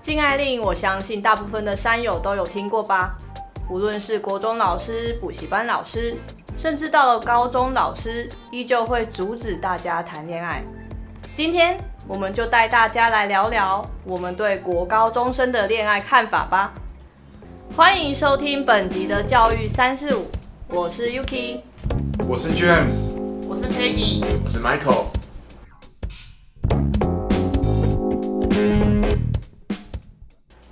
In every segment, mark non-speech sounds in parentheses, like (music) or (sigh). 禁爱令，我相信大部分的山友都有听过吧。无论是国中老师、补习班老师，甚至到了高中，老师依旧会阻止大家谈恋爱。今天我们就带大家来聊聊我们对国高中生的恋爱看法吧。欢迎收听本集的教育三四五，我是 Yuki。我是 James，我是 Peggy，我是 Michael。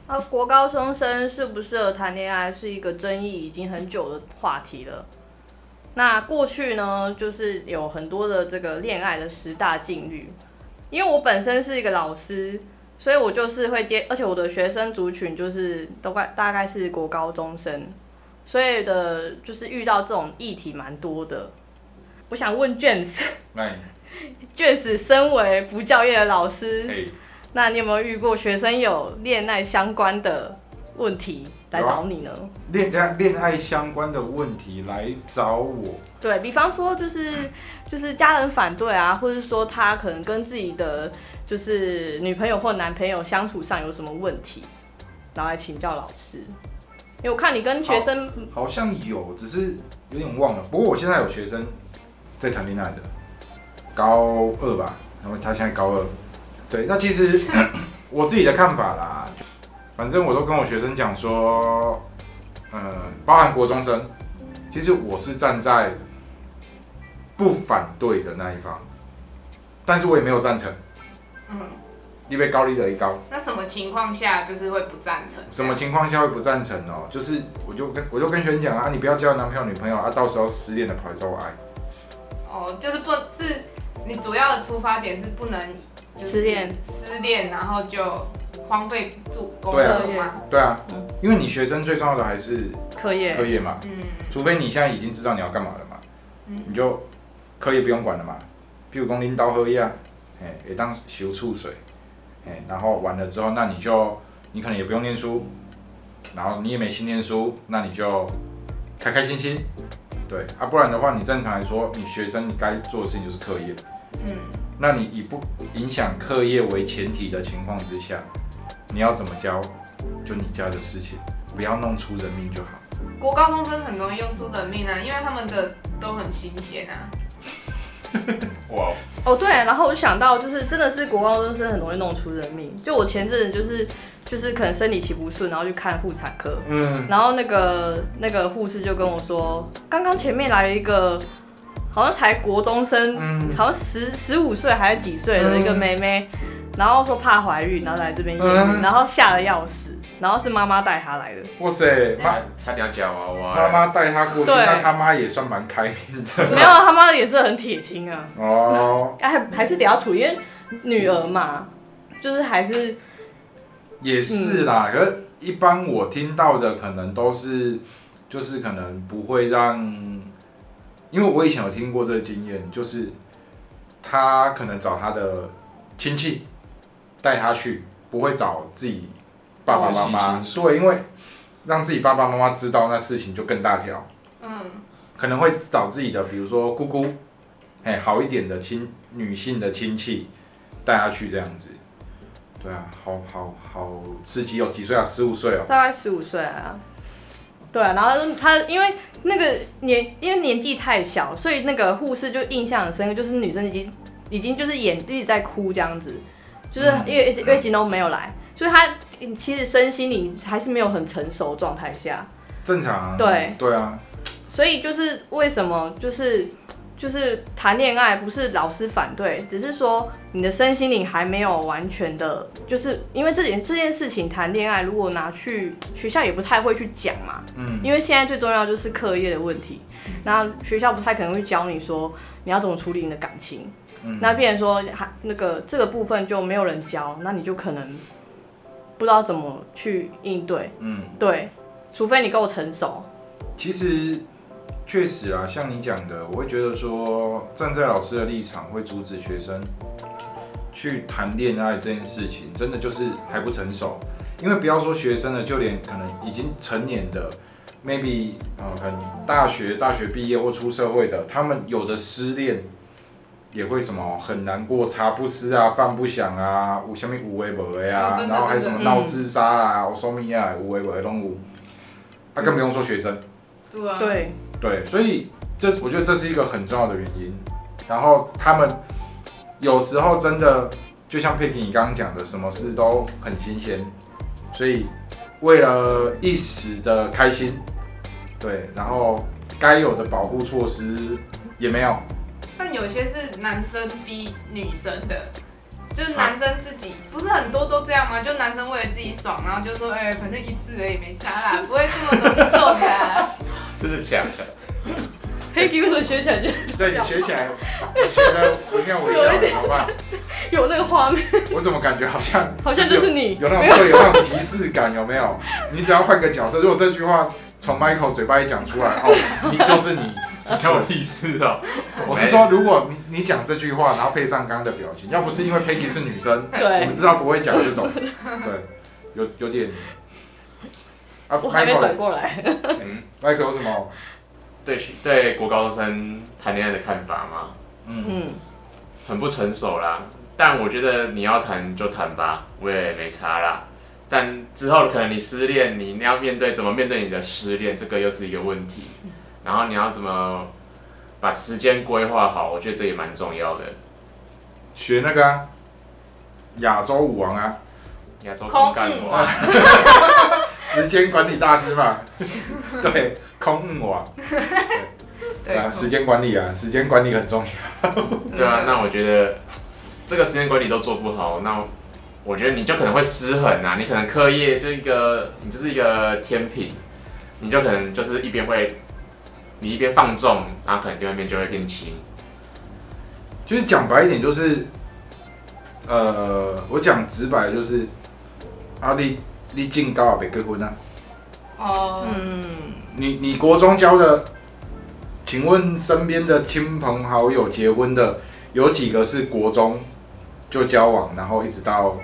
啊，国高中生适不适合谈恋爱是一个争议已经很久的话题了。那过去呢，就是有很多的这个恋爱的十大禁律。因为我本身是一个老师，所以我就是会接，而且我的学生族群就是都概大概是国高中生，所以的就是遇到这种议题蛮多的。我想问 James，James 那身为不教业的老师，哎，那你有没有遇过学生有恋爱相关的问题来找你呢？啊恋爱恋爱相关的问题来找我，对比方说，就是就是家人反对啊，或者是说他可能跟自己的就是女朋友或男朋友相处上有什么问题，然后来请教老师。因为我看你跟学生，哦好像有，只是有点忘了。不过我现在有学生在谈恋爱的，高二吧，然后他现在高二。对，那其实我自己的看法啦，反正我都跟我学生讲说，呃，包含国中生，其实我是站在不反对的那一方，但是我也没有赞成。嗯，你被高利的一高。那什么情况下就是会不赞成？什么？情况下会不赞成哦？就是我就跟我就跟学生讲啊，你不要交男朋友女朋友啊，到时候失恋了跑来找我哀。哦，就是不是你主要的出发点是不能、就是、失恋，失恋然后就荒废住工对啊作嘛。对啊嗯，因为你学生最重要的还是可以课业嘛，嗯，除非你现在已经知道你要干嘛了嘛，嗯你就课业不用管了嘛。譬如讲拎刀喝呀，哎，也当修醋水，哎，然后完了之后，那你就你可能也不用念书，然后你也没心念书，那你就开开心心。对啊，不然的话，你正常来说，你学生你该做的事情就是课业。嗯，那你以不影响课业为前提的情况之下，你要怎么教，就你家的事情，不要弄出人命就好。国高中生很容易用出人命啊，因为他们的都很新鲜啊。哇，哦，对，然后我就想到，就是真的是国高中生很容易弄出人命。就我前阵子就是就是可能生理期不顺，然后去看妇产科，嗯，然后那个那个护士就跟我说，刚刚前面来一个好像才国中生，嗯好像十十五岁还是几岁的一个嗯妹妹，然后说怕怀孕，然后来这边验孕，嗯然后吓得要死，然后是妈妈带她来 (laughs) 的。哇塞，妈差啊差点假娃娃欸，妈妈带他过去，对那他妈也算蛮开明的没有，啊他妈也是很铁青啊，哦，哎，还还是得要处理，因为女儿嘛，就是还是也是啦。嗯可是一般我听到的可能都是，就是可能不会让，因为我以前有听过这个经验，就是他可能找他的亲戚带他去，不会找自己爸爸妈妈直系亲，属对，因为让自己爸爸妈妈知道那事情就更大条。嗯，可能会找自己的，比如说姑姑，哎、好一点的亲女性的亲戚带她去这样子。对啊，好好好刺激哦！几岁啊？十五岁哦。大概十五岁啊。对啊，然后他因为那个年，因为年纪太小，所以那个护士就印象很深刻，就是女生已经已经就是眼一直在哭这样子，就是嗯因为一直月经都没有来，所以她其实身心里还是没有很成熟状态下，正常、啊。对。对啊，所以就是为什么就是就是谈恋爱不是老师反对，只是说你的身心灵还没有完全的，就是因为这件这件事情谈恋爱，如果拿去学校也不太会去讲嘛，嗯，因为现在最重要就是课业的问题，那学校不太可能会教你说你要怎么处理你的感情，嗯那变成说还那个这个部分就没有人教，那你就可能不知道怎么去应对，嗯，对，除非你够成熟，其实确实啊，像你讲的，我会觉得说，站在老师的立场，会阻止学生去谈恋爱这件事情，真的就是还不成熟。因为不要说学生了，就连可能已经成年的，maybe 呃，可能大学大学毕业或出社会的，他们有的失恋，也会什么很难过、茶不思啊、饭不想啊、有什么无为无为啊哦，真的然后还什么真的闹自杀啊、我说明啊、无为无为拢有，啊，更不用说学生。对啊，对，对，所以这我觉得这是一个很重要的原因。然后他们有时候真的就像佩奇你刚刚讲的，什么事都很新鲜，所以为了一时的开心，对，然后该有的保护措施也没有。但有些是男生逼女生的，就是男生自己不是很多都这样吗？就男生为了自己爽，然后就说，哎、反正一次而已，没 (laughs) 差啦，不会这么容易中的啊、 (laughs) 真的假的？ Peggy 为什么学起来就对你学起来，你觉得惟妙惟肖了，怎么办？有那个画面？我怎么感觉好像好像就是你，有那种会有那种仪式感，有没有？你只要换个角色，如果这句话从 Michael 嘴巴里讲出来，哦，你就是你。你看我屁事哦！ (laughs) 我是说，如果你你讲这句话，然后配上刚刚的表情，要不是因为 Peggy 是女生，我对们，知道不会讲这种。对，有有 (laughs) 点。啊我还没转，Michael，Michael 过来。有什么？对对，国高中生谈恋爱的看法吗？嗯，嗯，很不成熟啦。但我觉得你要谈就谈吧，我也没差啦。但之后可能你失恋，你要面对怎么面对你的失恋，这个又是一个问题。然后你要怎么把时间规划好，我觉得这也蛮重要的。学那个啊亚、洲舞王啊，亚洲空空干运我，时间管理大 (laughs) 师嘛。对，空运王。对，啊，时间管理啊，时间管理很重要。对啊，那我觉得这个时间管理都做不好，那我觉得你就可能会失衡啊。你可能课业就一个，你就是一个天平，你就可能就是一边会，你一边放纵，然后可能另外一边就会变轻。就是讲白一点，就是，呃，我讲直白就是，啊，你你进高啊，别结婚啊。哦，嗯，你你国中教的，请问身边的亲朋好友结婚的，有几个是国中就交往，然后一直到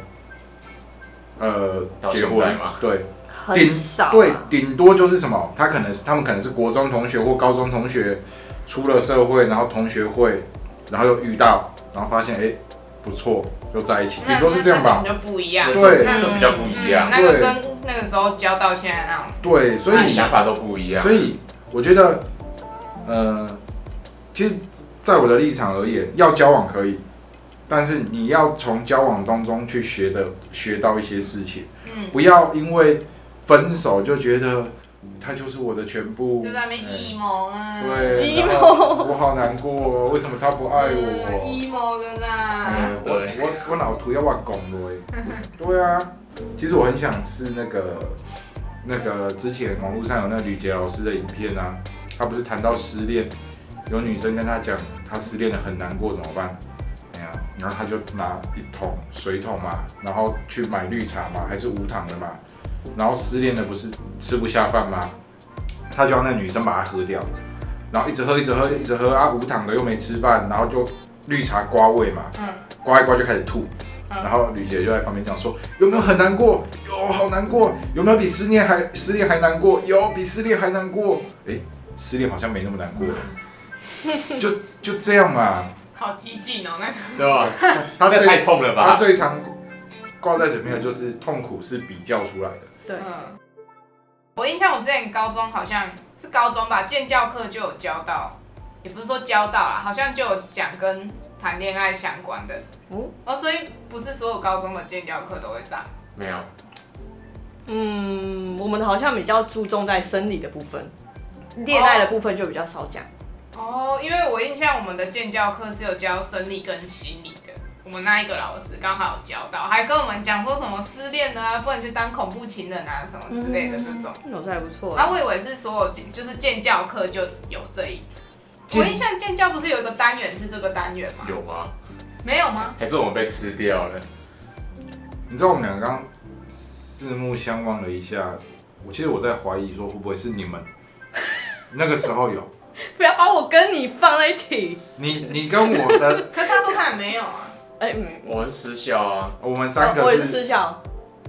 呃到结现在婚吗？对，很少、啊。对，顶多就是什么，他可能是他们可能是国中同学或高中同学，出了社会，然后同学会，然后又遇到，然后发现哎、诶不错，又在一起，顶那多是这样吧那。种就不一样，对这比较不一啊样嗯，，那个对跟那个时候教到现在那种，对，所以那想法都不一样。所以我觉得，呃，其实在我的立场而言，要交往可以，但是你要从交往当中去学的学到一些事情，嗯，不要因为分手就觉得他就是我的全部，就在那边哎 emo 啊，对， emo 然后我好难过、哦，为什么他不爱嗯我？哦，emo 的啦，嗯我对我我脑图要挖拱了欸对啊，其实我很想试那个那个之前网络上有那个吕杰老师的影片啊，他不是谈到失恋，有女生跟他讲她失恋了很难过怎么办？哎呀，然后他就拿一桶水桶嘛，然后去买绿茶嘛，还是无糖的嘛，然后失恋了不是吃不下饭吗？他就让那女生把它喝掉，然后一直喝一直喝一直喝啊，无糖的又没吃饭，然后就绿茶刮胃嘛，嗯刮一刮就开始吐，嗯然后吕姐就在旁边讲说：“有没有很难过？有，好难过。有没有比失恋还失恋还难过？有，比失恋还难过。诶，失恋好像没那么难过，就就这样嘛。好激进哦，那个对吧？他这太最痛他了吧？最常挂在嘴边的就是痛苦是比较出来的。对嗯，我印象我之前高中好像是高中吧，建教课就有教到，也不是说教到啦，好像就有讲跟谈恋爱相关的哦哦，所以不是所有高中的建教课都会上，没有，嗯，我们好像比较注重在生理的部分，恋爱的部分就比较少讲。哦，因为我印象我们的建教课是有教生理跟心理的，我们那一个老师刚好有教到，还跟我们讲说什么失恋的啊，不能去当恐怖情人啊什么之类的这种。嗯，有这还不错啊，啊。我以为是所有建就是建教课就有这一，建我印象建教不是有一个单元是这个单元吗？有吗？没 (laughs) 有吗？还是我们被吃掉了？你知道我们两个刚四目相望了一下，我其实我在怀疑说会不会是你们那个时候有不要把我跟你放在一起。你你跟我的可是他说他也没有啊。哎、嗯，我们失效啊！我们三哦我个也是是，私校。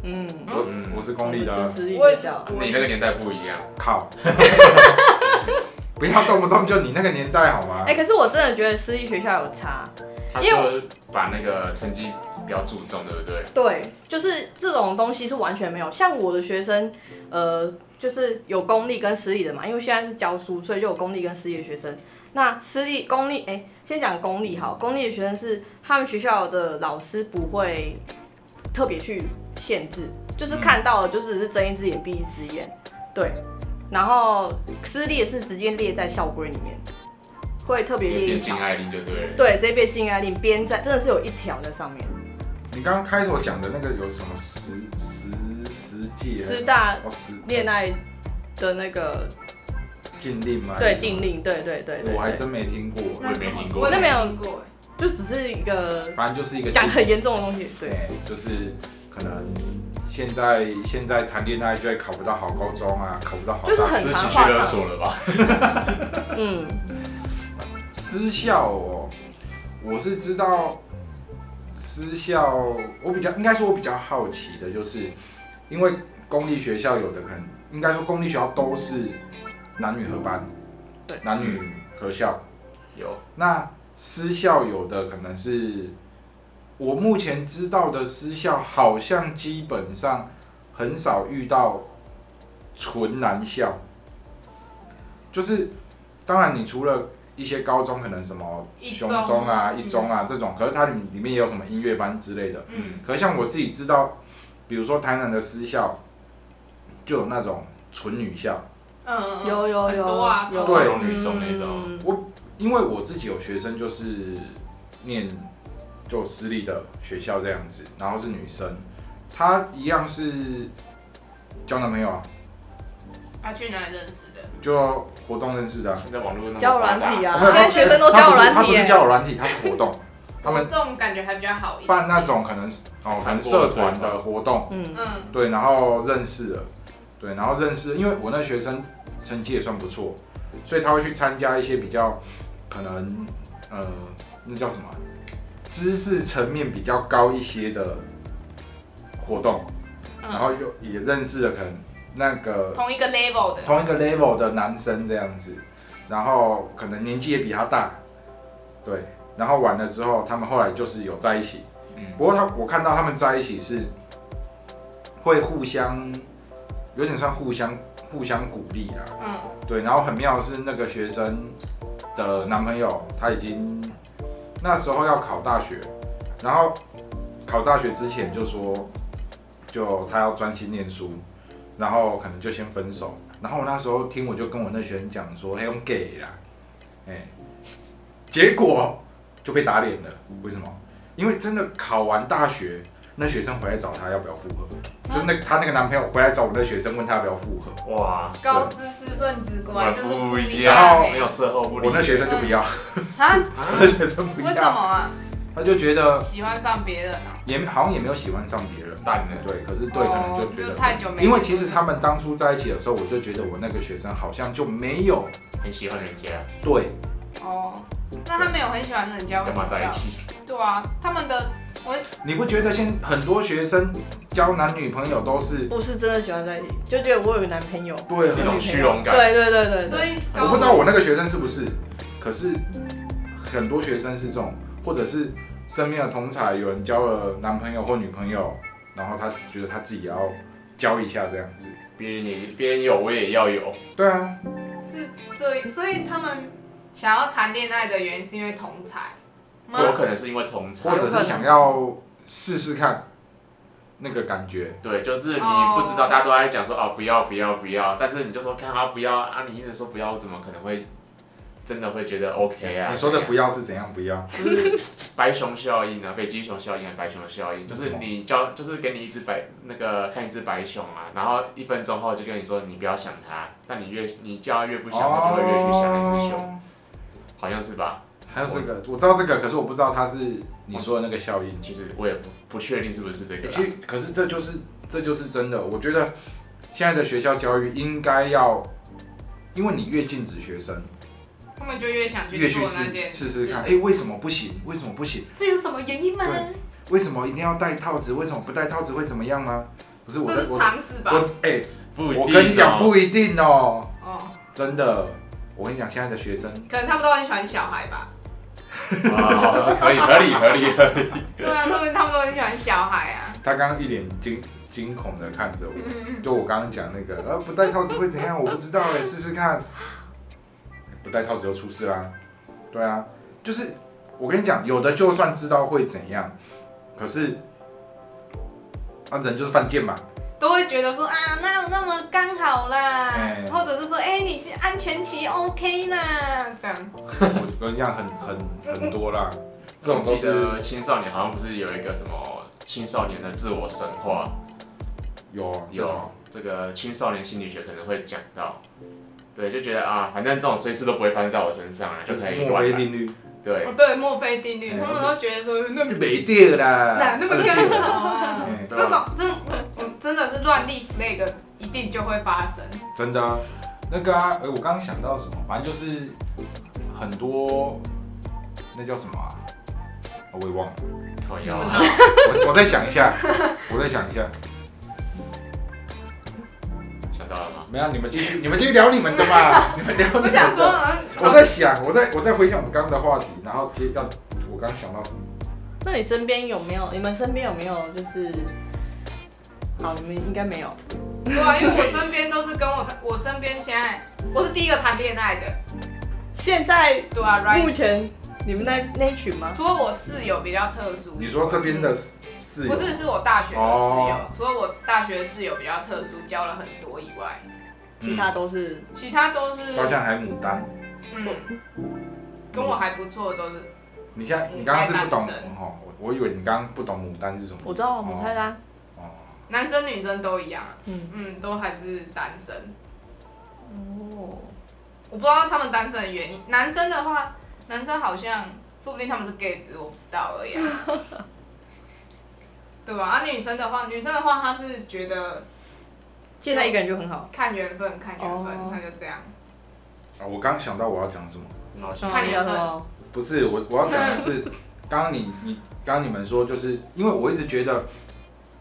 嗯，我嗯我是公立的我啊是私立我也学是校。你那个年代不一样，靠， (laughs) 不要动不动就你那个年代好吗哎、？可是我真的觉得私立学校有差，他因为就把那个成绩比较注重，对不对？对，就是这种东西是完全没有。像我的学生，呃，就是有公立跟私立的嘛，因为现在是教书，所以就有公立跟私立的学生。那私立、公立，哎、先讲公立好，公立的学生是他们学校的老师不会特别去限制，就是看到了就只是睁一只眼闭一只眼，对。然后私立是直接列在校规里面，会特别就列一变条禁，爱令就对了。对，直接被禁爱令编在，真的是有一条在上面。你刚刚开头讲的那个有什么十十十届师大哦十恋爱的那个禁令吗？对禁令，对对对对我还对，真没听过，我也没听过我也那没没有听过欸。就只是一个反正就是一个讲禁很严重的东西，对，对，就是可能现在现在谈恋爱就会考不到好高中啊，考不到好大就学是很是常情绪画勒上索了吧？嗯，私校哦，我是知道私校，我比较应该说，我比较好奇的就是，因为公立学校有的可能应该说公立学校都是男女合班，对男女合校。有，那私校有的可能是我目前知道的私校，好像基本上很少遇到纯男校，就是当然你除了。一些高中可能什么一雄中中啊、嗯一中啊这种，可是它里里面也有什么音乐班之类的。嗯，可是像我自己知道，比如说台南的私校，就有那种纯女校，嗯，有有很有多啊，有对有女中那种，嗯因为我自己有学生就是念就私立的学校这样子，然后是女生，她一样是交男朋友啊，他去哪里认识的？就活动认识的、啊。现在网络那么交友发软达体啊，没有现在学生都交友她软体不是她不是耶，交友软体，她是活动，他活们动感觉还比较好一点。办那，种 (laughs) 可能是哦，可能社团的活动，嗯，嗯，对，然后认识了，对，然后认识，因为我那学生成绩也算不错，所以他会去参加一些比较可能呃，那叫什么啊，知识层面比较高一些的活动，嗯然后又也认识了可能那个同一个 level 的，同一个 level 的男生这样子，然后可能年纪也比他大，对，然后完了之后，他们后来就是有在一起。嗯，不过他我看到他们在一起是会互相，有点算互相互相鼓励啊。嗯，对，然后很妙的是那个学生的男朋友，他已经那时候要考大学，然后考大学之前就说，就他要专心念书，然后可能就先分手。然后我那时候听我就跟我那学生讲说，嘿，我给啦，哎、结果就被打脸了。为什么？因为真的考完大学，那学生回来找他要不要复合，啊就是那他那个男朋友回来找我那学生问他要不要复合，哇，高知识分子果然完就全是不一然样，后没有售后不理我那学生就不要。啊？啊 (laughs) 我的学生不一为什么样，啊？他就觉得喜欢上别人啊？也好像也没有喜欢上别人，淡了，对，可是对，可能就觉哦得，太久没，因为其实他们当初在一起的时候，我就觉得我那个学生好像就没有很喜欢人家，对，哦，那他没有很喜欢人家，干嘛在一？起？对啊，他们的我你不觉得现很多学生交男女朋友都是不是真的喜欢在一起，就觉得我有个男朋友，对，一很种虚荣感，对对对对所对，以我高不知道我那个学生是不是，可是很多学生是这种，或者是身边的同才有人交了男朋友或女朋友，然后他觉得他自己也要交一下这样子，别人也别人有我也要有，对啊，是这，所以他们想要谈恋爱的原因是因为同才吗？有可能是因为同才或，者是想要试试看那个感觉。对，就是你哦不知道，大家都在讲说哦不要不要不要，但是你就说看啊不要啊，你一直说不要，我怎么可能会真的会觉得 OK 啊？你说的怎样不要是怎样不要？就是白熊效应啊，北极熊效应还是白熊效应，嗯就是你教，就是给你一只白那个看一只白熊啊，然后一分钟后就跟你说你不要想它，但你越你叫它越不想，它就会越去想那只熊，哦好像是吧？还有这个，我知道这个，可是我不知道它是你说的那个效应。其实我也不不确定是不是这个其啦，实，可是这就是这就是真的。我觉得现在的学校教育应该要，因为你越禁止学生，他们就越想越去做去那件试试事试看，哎、为什么不行？为什么不行？是有什么原因吗？对为什么一定要戴套子？为什么不戴套子会怎么样吗？不是我这在是我常识吧？我哎、不一定、哦我跟你讲不一定哦、哦，真的，我跟你讲，现在的学生可能他们都很喜欢小孩吧？哦可以合理合理合理。对啊，说不定他们都很喜欢小孩啊。他刚刚一脸惊惊恐的看着我，嗯就我刚刚讲那个，呃，不戴套子会怎样？我不知道哎、 (laughs) 试试看。不戴套子就出事啦。对啊，就是我跟你讲，有的就算知道会怎样，可是啊，人就是犯贱嘛。都会觉得说啊，那有那么刚好啦哎，或者是说，哎、你这安全期 OK 啦，这样。我我跟你讲，很很很多啦， (laughs) 这种都我记是得青少年好像不是有一个什么青少年的自我神话，有啊这种有这个青少年心理学可能会讲到，对，就觉得啊，反正这种随时都不会发生在我身上啊，就可以墨乱菲来。定律，对哦，，对，墨菲定律，哎他们都觉得说那没掉啦，哪那么刚 (laughs) 好？好啊，哎这种真我我真的是乱立那个一定就会发生。真的、啊，那个啊，呃，我刚刚想到什么，反正就是很多，那叫什么啊？哦我也忘了，靠你腰们啊都 (laughs) 我我再想一下，我再想一下。想到了吗？没有、你们继续，你们继续聊你们的 (laughs) 嘛，你们聊你们我的。想说，嗯我在想，我在我在回想我们刚刚的话题，然后接要我刚想到什么？那你身边有没有？你们身边有没有就是？好，你们应该没有。对啊，因为我身边都是跟我我身边现在我是第一个谈恋爱的，现在对啊目，right？前你们那那一群吗？除了我室友比较特殊，你说这边的室友不是，是我大学的室友哦。除了我大学的室友比较特殊，交了很多以外，其他都是其他都是高像海牡丹，嗯，跟我还不错，都是你现在你刚刚是不懂牡丹神哦，我我以为你刚刚不懂牡丹是什么。我知道母胎单，哦，男生女生都一样啊。嗯嗯，都还是单身。哦，我不知道他们单身的原因。男生的话，男生好像说不定他们是 gay 子，我不知道而已、啊。 (laughs) 对吧？啊，女生的话，女生的话，她是觉得现在一个人就很好。看缘分，看缘分哦，她、就这样。啊，我刚想到我要讲什么。好嗯像看你你要们什么？不是，我我要讲的是，刚刚你你刚刚你们说，就是因为我一直觉得，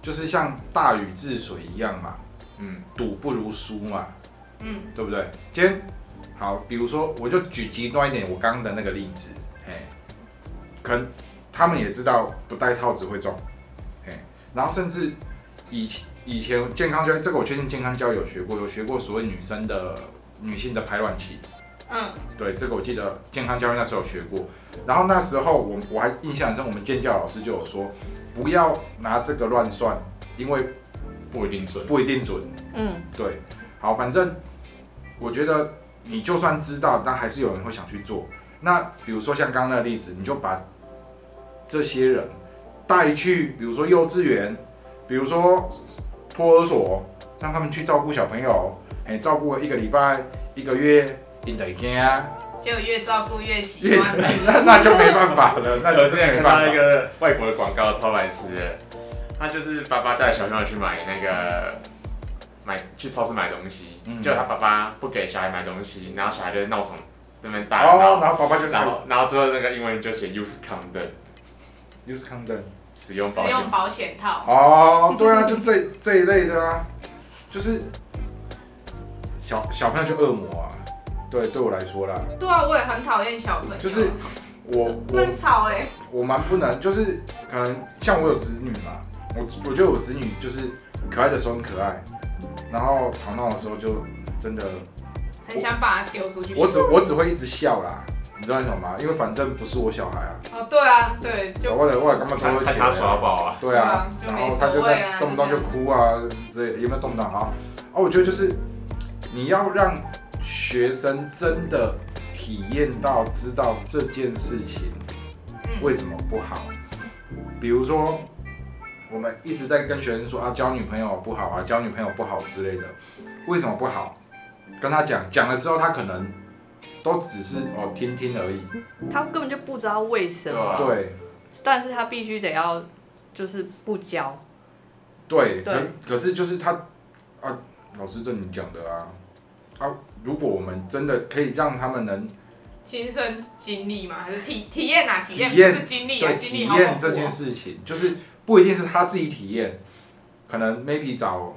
就是像大禹治水一样嘛，嗯，赌不如输嘛，嗯，对不对？今天好，比如说我就举极端一点，我刚刚的那个例子，嘿，可能他们也知道不戴套子会中，嘿，然后甚至以以前健康教这个我确定健康教有学过，有学过所谓女生的女性的排卵期，嗯，对，这个我记得健康教练那时候有学过。然后那时候我我还印象很深，我们健教老师就有说，不要拿这个乱算，因为不一定准。不一定准。嗯，对，好，反正我觉得你就算知道，但还是有人会想去做。那比如说像刚刚那个例子，你就把这些人带去，比如说幼稚园，比如说托儿所，让他们去照顾小朋友，哎、照顾一个礼拜、一个月，你得惊啊。就越照顾越喜越欢。那那就没办法了，那我就之是前没看到办一法。个外国的广告，超白痴的。他就是爸爸带小朋友去买那个买去超市买东西，嗯结果他爸爸不给小孩买东西，然后小孩就闹场那边大哦，闹，然后爸爸就看然后然后最后那个英文就写 use condom use condom。使用使保 (laughs) 险用保险套，哦，对啊，就这这一类的啊，就是小小朋友就恶魔啊。对，对我来说啦，对啊，我也很讨厌小朋友，就是我我很吵哎、我蛮不能，就是可能像我有子女嘛，我我觉得我子女就是可爱的时候很可爱，然后吵闹的时候就真的，很想把它丢出去。我只我只会一直笑啦，你知道为什么吗？因为反正不是我小孩啊，哦，对啊，对，就我得我得干嘛才看会看钱他啊？耍宝啊，对啊，对啊就然没后所他就谓在啊动不动就哭啊之类的，有没有动荡啊？哦，我觉得就是你要让学生真的体验到、知道这件事情嗯为什么不好。比如说，我们一直在跟学生说啊，交女朋友不好啊，交女朋友不好之类的，为什么不好？跟他讲，讲了之后，他可能都只是哦听听而已。他根本就不知道为什对啊么，吧？对，但是他必须得要就是不教。对，对可可是就是他啊，老师这你讲的啊啊，如果我们真的可以让他们能亲身经历嘛，还是体体验啊？体验体验不是经历啊，对经体历好恐怖、验哦。这件事情，就是不一定是他自己体验，可能 maybe 找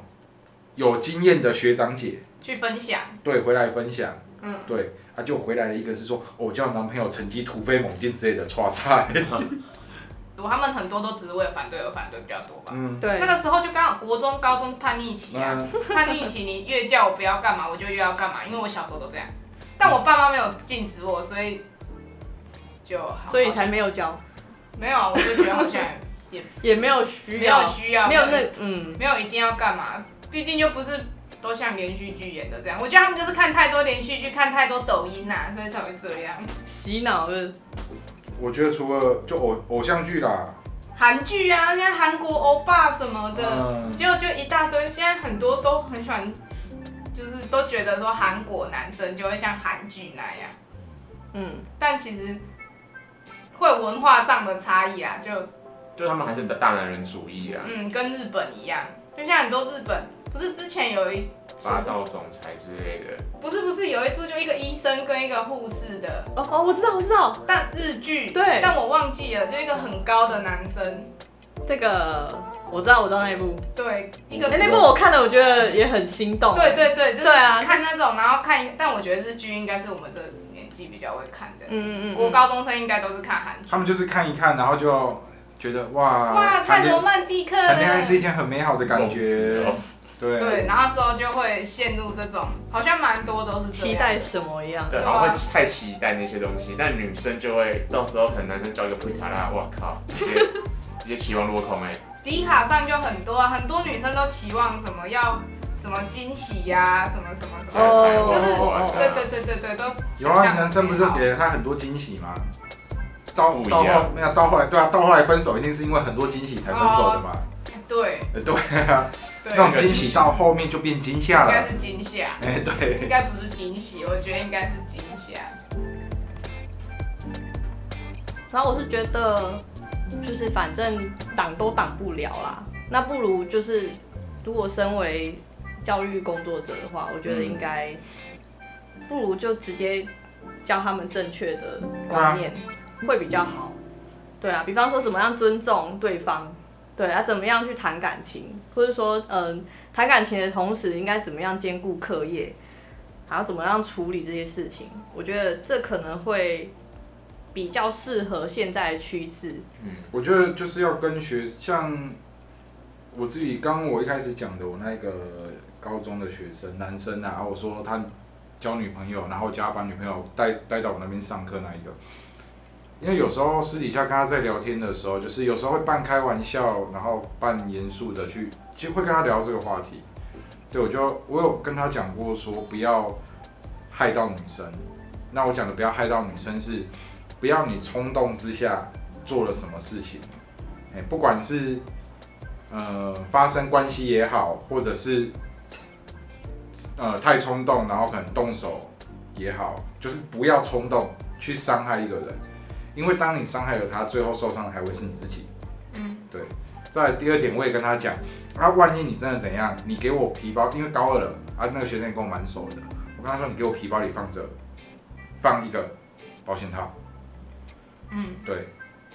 有经验的学长姐去分享，对回来分享，嗯，对啊，就回来了一个是说，哦我叫男朋友成绩突飞猛进之类的，唰塞，我他们很多都只是为了反对而反对比较多吧。嗯，对那，个时候就刚好国中、高中叛逆期啊，叛逆期你越叫我不要干嘛，我就越要干嘛，因为我小时候都这样。但我爸妈没有禁止我，所以就好所以才没有教，没有啊，我就觉得 (laughs) 好像也没有需没要，有需要，没有那嗯，没有一定要干嘛，毕竟就不是都像连续剧演的这样。我觉得他们就是看太多连续剧，看太多抖音呐、所以才会这样。洗脑就是我觉得除了就偶偶像剧啦，韩剧啊，像韩国欧巴什么的，嗯，结果就一大堆。现在很多都很喜欢，就是都觉得说韩国男生就会像韩剧那样，嗯，但其实会有文化上的差异啊，就就他们还是大男人主义啊，嗯跟日本一样，就像很多日本不是之前有一出霸道总裁之类的。不是不是有一出就一个医生跟一个护士的，哦哦，我知道我知道，但日剧，对但我忘记了，就一个很高的男生，那个我知道我知道那一部，对，一个哎、那部我看了，我觉得也很心动，对，对对，就是对啊看那种，然后看，但我觉得日剧应该是我们这个年纪比较会看的，嗯嗯嗯，国高中生应该都是看韩剧，他们就是看一看，然后就觉得哇，哇，谈看恋罗曼蒂克谈恋爱了，是一件很美好的感孟子觉，哦对对，然后之后就会陷入这种，好像蛮多都是这期样待什么一样，对，好像会太期待那些东西，但女生就会到时候可能男生交一个普塔拉，哇靠，直接直接期望落空哎、迪卡上就很多啊，很多女生都期望什么要什么惊喜呀、什么什么什这样么，才能哦就是哦玩完啊对对对对对，都哦有啊，想象男生不是美好给了他很多惊喜吗？到不一到样后没有到后来，对啊，到后来分手一定是因为很多惊喜才分手的嘛。哦对呃对啊，对，那应种惊喜到后面就变惊吓了。该是惊吓。哎，应对，该不是惊喜，我觉得应该是惊啊吓。然后我是觉得，就是反正挡都挡不了啦，那不如就是，如果身为教育工作者的话，我觉得应该，不如就直接教他们正确的啊观念，会比较好。对啊，比方说怎么样尊重对方，对啊，怎么样去谈感情，或者说，嗯、谈感情的同时，应该怎么样兼顾课业，还要怎么样处理这些事情，我觉得这可能会。比较适合现在的趋势。我觉得就是要跟学像我自己，刚刚我一开始讲的，我那个高中的学生男生啊，我说他交女朋友，然后叫他把女朋友带带到我那边上课那一个。因为有时候私底下跟他在聊天的时候，就是有时候会半开玩笑，然后半严肃的去，就会跟他聊这个话题。对，我就我有跟他讲过说，不要害到女生。那我讲的不要害到女生是，不要你冲动之下做了什么事情，哎、不管是呃发生关系也好，或者是呃太冲动，然后可能动手也好，就是不要冲动去伤害一个人，因为当你伤害了他，最后受伤的还会是你自己。嗯，对。再来第二点，我也跟他讲，啊，万一你真的怎样，你给我皮包，因为高二了啊，那个学生也跟我蛮熟的，我跟他说，你给我皮包里放着放一个保险套，嗯，对，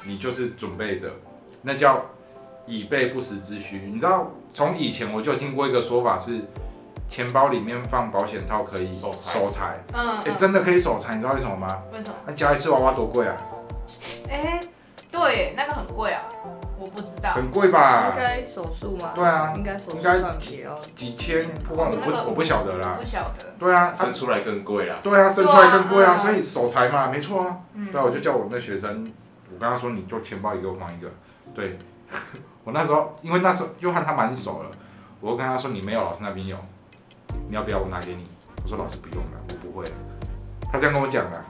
你就是准备着，那叫以备不时之需。你知道，从以前我就听过一个说法是，钱包里面放保险套可以守财守财，嗯，哎、嗯真的可以守财，你知道为什么吗？为什么？那、夹一次娃娃多贵啊，哎、对耶，那个很贵啊，我不知道。很贵应吧？该手术吗？啊对啊应该手术应该算比较几千，不管我那个不我不晓得啦不。晓得。对啊，啊生出来更贵啦。对啊，生出来更贵啊，对啊所以守财嘛，没错啊。嗯对啊，我就叫我那学生，我跟他说，你就钱包里给我放一个。对， (laughs) 我那时候因为那时候约翰他蛮熟了，我就跟他说你没有，老师那边有，你要不要我拿给你？我说老师不用了，我不会了。他这样跟我讲的。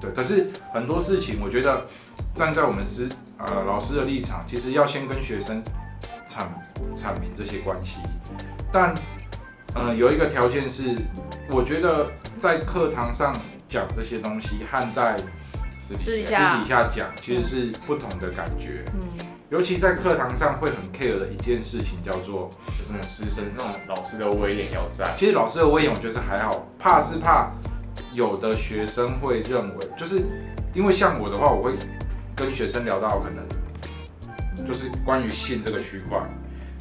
对，可是很多事情，我觉得站在我们师呃老师的立场，其实要先跟学生阐阐明这些关系，但呃有一个条件是，我觉得在课堂上讲这些东西和在私试一底私下下底下讲其实是不同的感觉，嗯，尤其在课堂上会很 care 的一件事情叫做，就是那种师生那种老师的威严要在，其实老师的威严我觉得是还好，怕是怕有的学生会认为，就是因为像我的话，我会跟学生聊到可能就是关于性这个区块，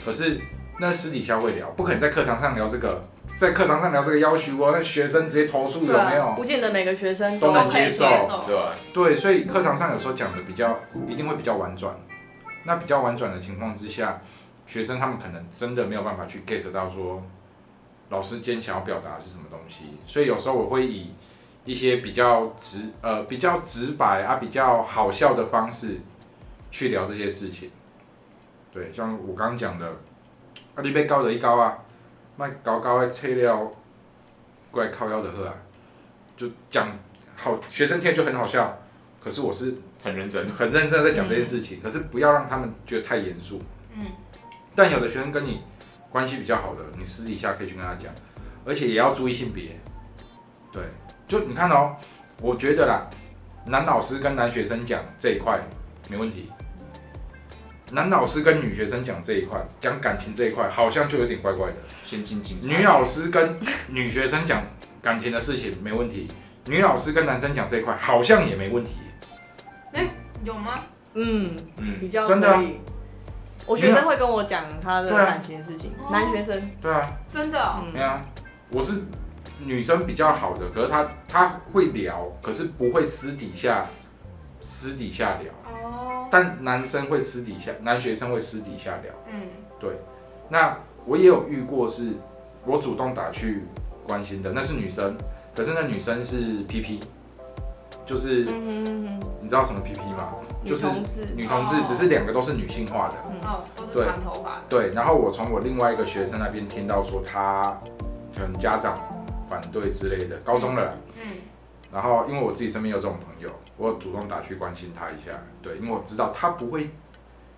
可是那私底下会聊，不可能在课堂上聊这个，在课堂上聊这个要求哦，那学生直接投诉有对没啊，有不？见得每个学生都都能能能接接受受，对吧？对，所以课堂上有时候讲的比较一定会比较婉转。那比较婉转的情况之下，学生他们可能真的没有办法去 get 到说老师今天想要表达的是什么东西。所以有时候我会以一些比较直呃比较直白啊比较好笑的方式去聊这些事情。对，像我刚刚讲的，啊你被高的一高啊，卖高高的材料过来靠腰的喝啊，就讲好学生听就很好笑，可是我是很认真，很认真地在讲这件事情，可是不要让他们觉得太严肃。嗯，但有的学生跟你关系比较好的，你私底下可以去跟他讲，而且也要注意性别。对，就你看哦，我觉得啦，男老师跟男学生讲这一块没问题，男老师跟女学生讲这一块，讲感情这一块好像就有点怪怪的。先进警察。女老师跟女学生讲感情的事情没问题，女老师跟男生讲这一块好像也没问题。有吗？嗯，嗯，比较真的啊可以我学生会跟我讲他的对啊感情的事情，哦男学生，对啊，真的哦，对啊，我是女生比较好的，可是她她会聊，可是不会私底下私底下聊，哦，但男生会私底下，男学生会私底下聊。嗯，那我也有遇过是，我主动打去关心的，那是女生，可是那女生是 PP，就是嗯，你知道什么 PP 吗？女就是同志，女同志，哦只是两个都是女性化的。哦，都对是长头发的，对，然后我从我另外一个学生那边听到说，他可能家长反对之类的，高中了啦。嗯，然后因为我自己身边有这种朋友，我主动打去关心他一下，对，因为我知道他不会，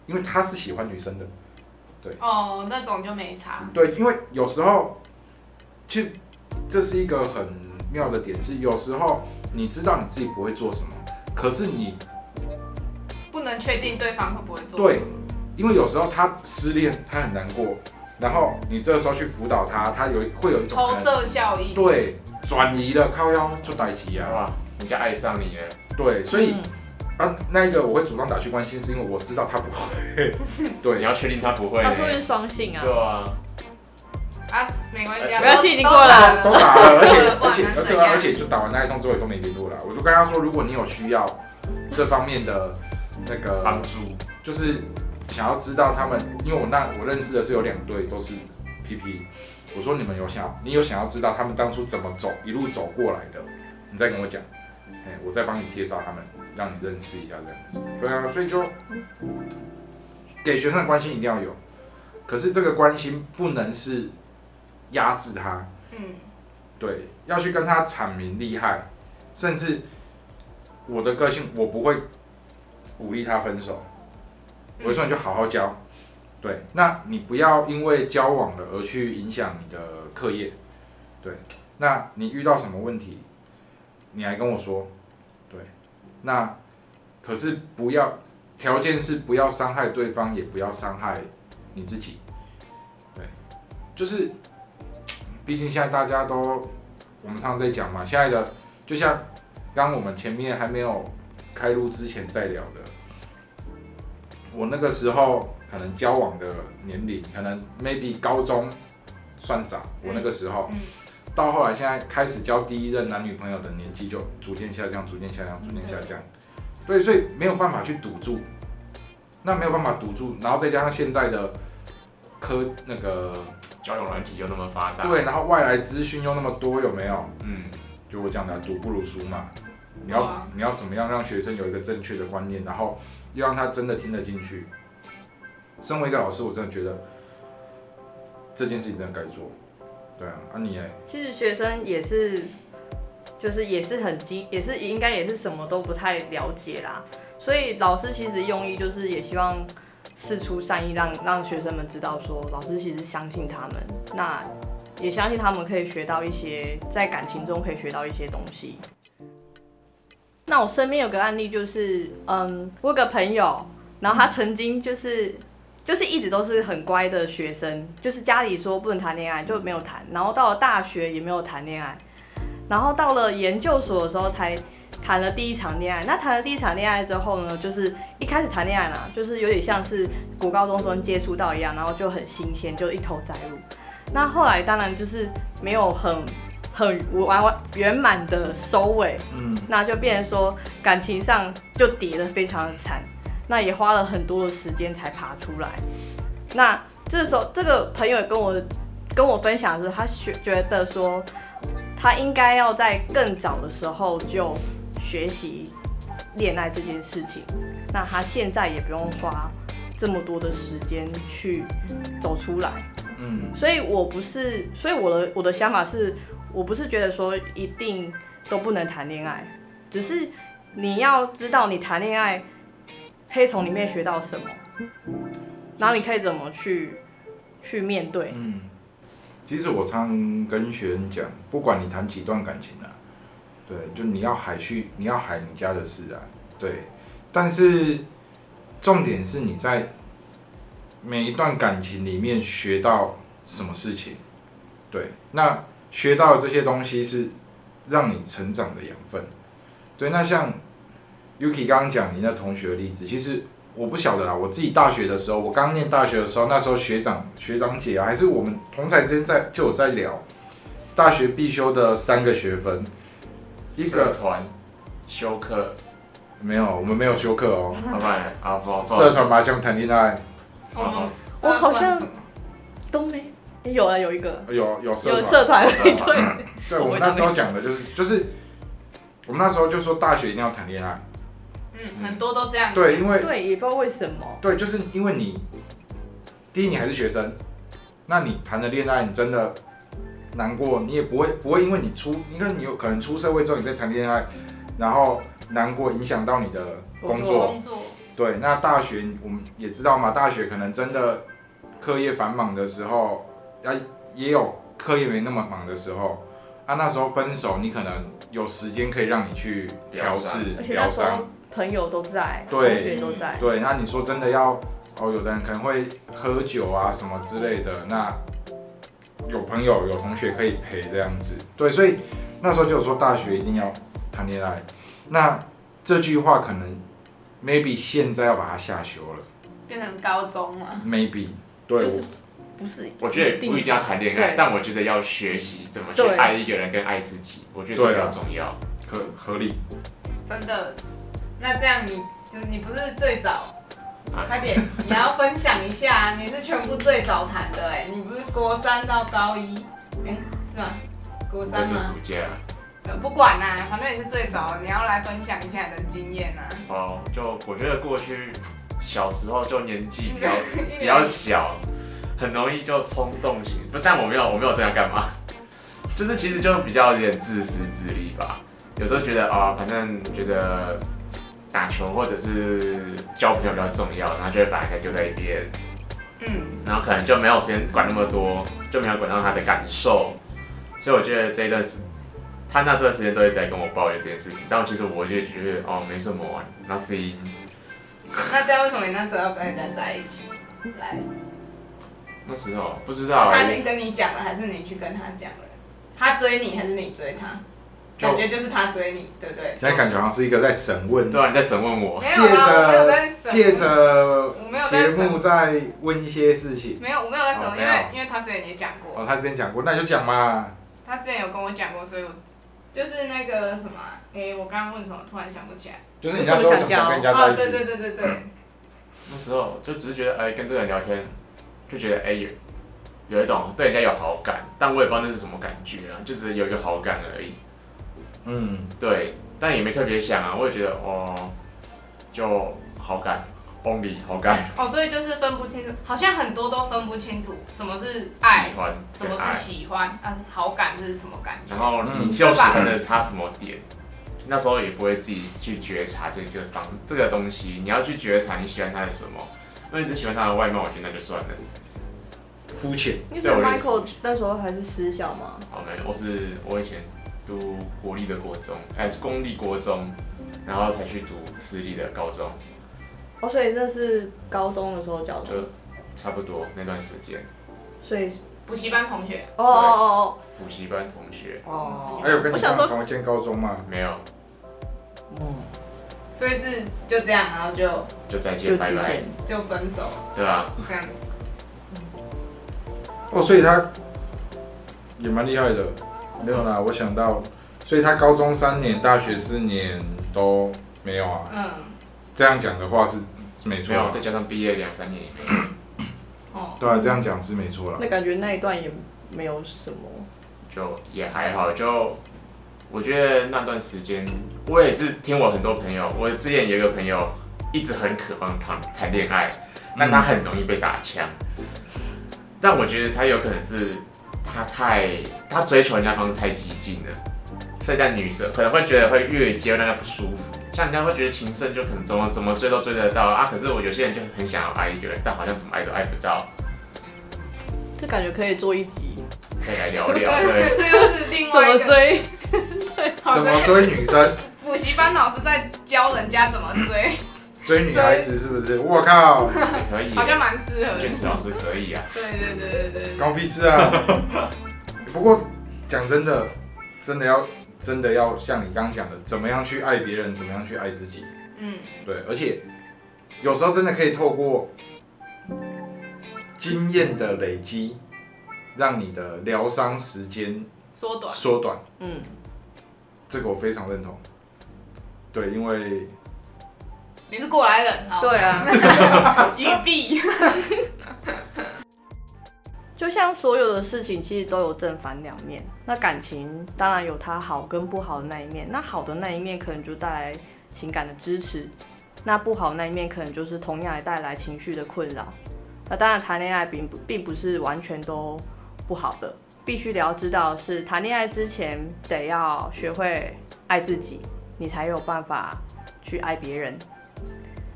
因为他是喜欢女生的，哦，那种就没差，对，因为有时候，其实这是一个很妙的点，是有时候你知道你自己不会做什么，可是你不能确定对方会不会做。对，，因为有时候他失恋，他很难过，然后你这时候去辅导他，他有会有一种投可能射效应。对转移了靠腰就代替啊，哇，人家爱上你了，对，所以、嗯啊那一个我会主动打去关心，是因为我知道他不会，对你。要确定他不会呢。他说是双性啊对，啊，啊，没关系啊，没关系都已经过了都打都打了，而且不而然且能而怎且样而且就打完那一通之后也都没联络了。我就跟他说，如果你有需要这方面的那帮个，助就是想要知道他们，因为我那我认识的是有两对都是 PP，我说你们有想你有想要知道他们当初怎么走一路走过来的，你再跟我讲，哎、我再帮你介绍他们，让你认识一下这样子。对啊，所以就给学生的关心一定要有，可是这个关心不能是压制他。嗯，对，要去跟他阐明厉害，甚至我的个性，我不会鼓励他分手，我会说你就好好教。对，那你不要因为交往了而去影响你的课业。对，那你遇到什么问题，你来跟我说。对，那可是不要，条件是不要伤害对方，也不要伤害你自己。对，就是毕竟现在大家都，我们上次在讲嘛，现在的就像刚我们前面还没有开录之前在聊的，我那个时候可能交往的年龄，可能 maybe 高中算早，我那个时候，嗯到后来现在开始交第一任男女朋友的年纪就逐渐下降，逐渐下降，逐渐下降，嗯对，所以没有办法去堵住，那没有办法堵住，然后再加上现在的科那个交友软体又那么发达，，对，然后外来资讯又那么多，有没有？嗯，就我讲的啊，读不如书嘛。你对要啊你要怎么样让学生有一个正确的观念，然后又让他真的听得进去。身为一个老师，我真的觉得这件事情真的该做。对啊，啊你哎，其实学生也是，就是也是很基，也是应该也是什么都不太了解啦。所以老师其实用意就是也希望事出善意让，让学生们知道说，老师其实相信他们，那也相信他们可以学到一些在感情中可以学到一些东西。那我身边有个案例就是，嗯，我有个朋友，然后他曾经就是就是一直都是很乖的学生，就是家里说不能谈恋爱就没有谈，然后到了大学也没有谈恋爱，然后到了研究所的时候才谈了第一场恋爱。那谈了第一场恋爱之后呢，就是一开始谈恋爱啦，就是有点像是国高中生接触到一样，然后就很新鲜，就一头栽入。那后来当然就是没有很很完完圆满的收尾，嗯，那就变成说感情上就跌得非常的惨，那也花了很多的时间才爬出来。那这时候这个朋友也跟我跟我分享的是，他学觉得说他应该要在更早的时候就学习恋爱这件事情，那他现在也不用花这么多的时间去走出来。嗯，所以我不是，所以我的我的想法是，我不是觉得说一定都不能谈恋爱，只是你要知道你谈恋爱可以从里面学到什么，然后你可以怎么去去面对。嗯，其实我常跟学生讲，不管你谈几段感情啊，对，就你要海去，你要海你家的事啊，对。但是重点是你在每一段感情里面学到什么事情，对。那学到的这些东西是让你成长的养分，对。那像 Yuki 刚刚讲你那同学的例子，其实我不晓得啦，我自己大学的时候，我刚念大学的时候，那时候学长、学长姐啊，还是我们同才之间在就有在聊大学必修的三个学分，一社个团、修课，没有，我们没有修课哦，老板啊，不好不好社团麻将谈恋爱我们我好不知道像什么都没有了，有一个有有社有团，社团社团对，对我我们们那时候讲的就是就是我们那时候就说大学一定要谈恋爱，嗯，很多都这样。对，因为对，也不知道为什么。对，就是因为你第一你还是学生，那你谈的恋爱你真的难过，你也不会不会因为你出，你看你有可能出社会之后你再谈恋爱，然后难过影响到你的工工作。工作，对，那大学我们也知道嘛，大学可能真的课业繁忙的时候，啊也有课业没那么忙的时候。啊，那时候分手，你可能有时间可以让你去调试而、且那疗时伤候。朋友都在，同对学都在，对，那你说真的要哦，有的人可能会喝酒啊什么之类的，那有朋友有同学可以陪这样子。对，所以那时候就有说大学一定要谈恋爱。那这句话可能 maybe 现在要把它下修了变成高中嘛， ，maybe 对。就是我不是我觉得也不一定要谈恋爱对，但我觉得要学习怎么去对爱一个人跟爱自己，我觉得这对比啊较重要。合合理，真的。那这样你就是你不是最早啊，快点，你要分享一 (laughs) 下，啊你是全部最早谈的哎，你不是国三到高一，哎是吗？国嗯这三就吗？暑假呃不管啦、反正你是最早，你要来分享一下你的经验啊。哦，就我觉得过去小时候就年纪 (laughs) 比较一比较年小，很容易就冲动型。不，但我没有，我没有这样干嘛， (laughs) 就是其实就比较有点自私自利吧。有时候觉得啊、反正觉得打球或者是交朋友比较重要，然后就会把人家丢在一边，嗯，然后可能就没有时间管那么多，就没有管到他的感受。所以我觉得这一段时，他那段时间都会在跟我抱怨这件事情，但其实我就觉得哦，没什么啊，nothing。那这样为什么你那时候要跟人家在一起？来，那时候不知是道、他欸先，跟你讲了，还是你去跟他讲了？他追你还是你追他？就感觉就是他追你，对不对？现在感觉好像是一个在审问，对啊，你在审问我，没有借啊，我没有着在审，借着我没有在节审目，在问一些事情。没有，我没有在审，哦因没为有因为他之前也讲过，哦，他之前讲过，那你就讲嘛。他之前有跟我讲过，所以我就是那个什么啊，哎，我刚刚问什么，突然想不起来。就是你那时候想想跟人家在哦，一起，对对对对对，那时候就只是觉得哎、跟这个人聊天，就觉得哎、有有一种对人家有好感，但我也不知道那是什么感觉啊，就只是有一个好感而已。嗯，对，但也没特别想啊，我也觉得哦，就好感，only 好感，哦，所以就是分不清楚，好像很多都分不清楚什么是爱喜，欢什跟么爱是。喜欢，啊，好感是什么感觉嗯然？后你就喜欢的他什么点，那时候也不会自己去觉察这这个方这个东西，你要去觉察你喜欢他的什么。因为你只喜欢他的外貌，我觉得那就算了。肤浅。因为对我理解 Michael 那时候还是私校嘛，好没有，我是我以前读国立的国中，哎、是公立国中，然后才去读私立的高中，哦，所以那是高中的时候教的就，差不多那段时间，所以补习班同学，哦哦补习班同学哦哦还有跟你我想上说同一间高中吗？没有，嗯，所以是就这样，然后就就再就见，拜就这拜样，就分手了对啊，这样子。哦，所以他也蛮厉害的。没有啦，我想到，所以他高中三年，大学四年都没有啊。嗯，这样讲的话是是没没错有，啊再，加上毕业两三年也没有，哦，对啊，这样讲是没错啦。那感觉那一段也没有什么，就也还好。就我觉得那段时间，我也是听我很多朋友，我之前有一个朋友一直很渴望谈谈恋爱，但他很容易被打枪。但我觉得他有可能是他太他追求人家方式太激进了，所以在女生可能会觉得会越接让人家不舒服。像人家会觉得情圣就可能怎么怎么追都追得到啊，可是我有些人就很想要爱一个人，但好像怎么爱都爱不到。这感觉可以做一集，可以来聊对，聊，对， (laughs) 这又是另怎外一么个。 (laughs) 追？好怎像么追女生？补习班老师在教人家怎么 (laughs) 追，追女孩子是不是？我靠，也可以耶。好像蛮适合的。卷子老师可以啊，对对对对对对。搞屁事啊！ (laughs) 不过讲真的，真的要真的要像你刚刚讲的，怎么样去爱别人，怎么样去爱自己。嗯，对，而且有时候真的可以透过经验的累积，让你的疗伤时间缩短。缩短。嗯，这个我非常认同。对，因为你是过来人，好。对啊，鱼币。 (laughs) 就像所有的事情其实都有正反两面，那感情当然有它好跟不好的那一面，那好的那一面可能就带来情感的支持，那不好的那一面可能就是同样也带来情绪的困扰。那当然谈恋爱并不并不是完全都不好的，必须得要知道的是谈恋爱之前得要学会爱自己，你才有办法去爱别人。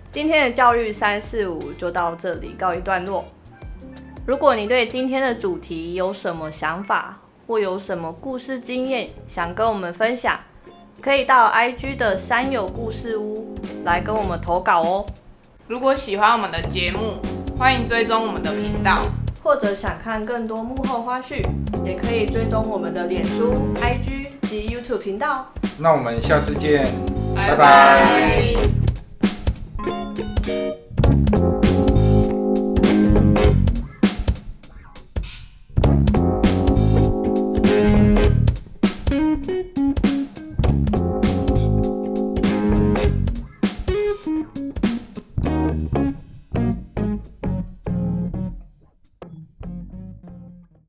今天的教育三四五就到这里告一段落。如果你对今天的主题有什么想法，或有什么故事经验想跟我们分享，可以到 IG 的山友故事屋来跟我们投稿哦。如果喜欢我们的节目，欢迎追踪我们的频道。或者想看更多幕后花絮，也可以追踪我们的脸书、IG 及 YouTube 频道哦。那我们下次见，拜拜拜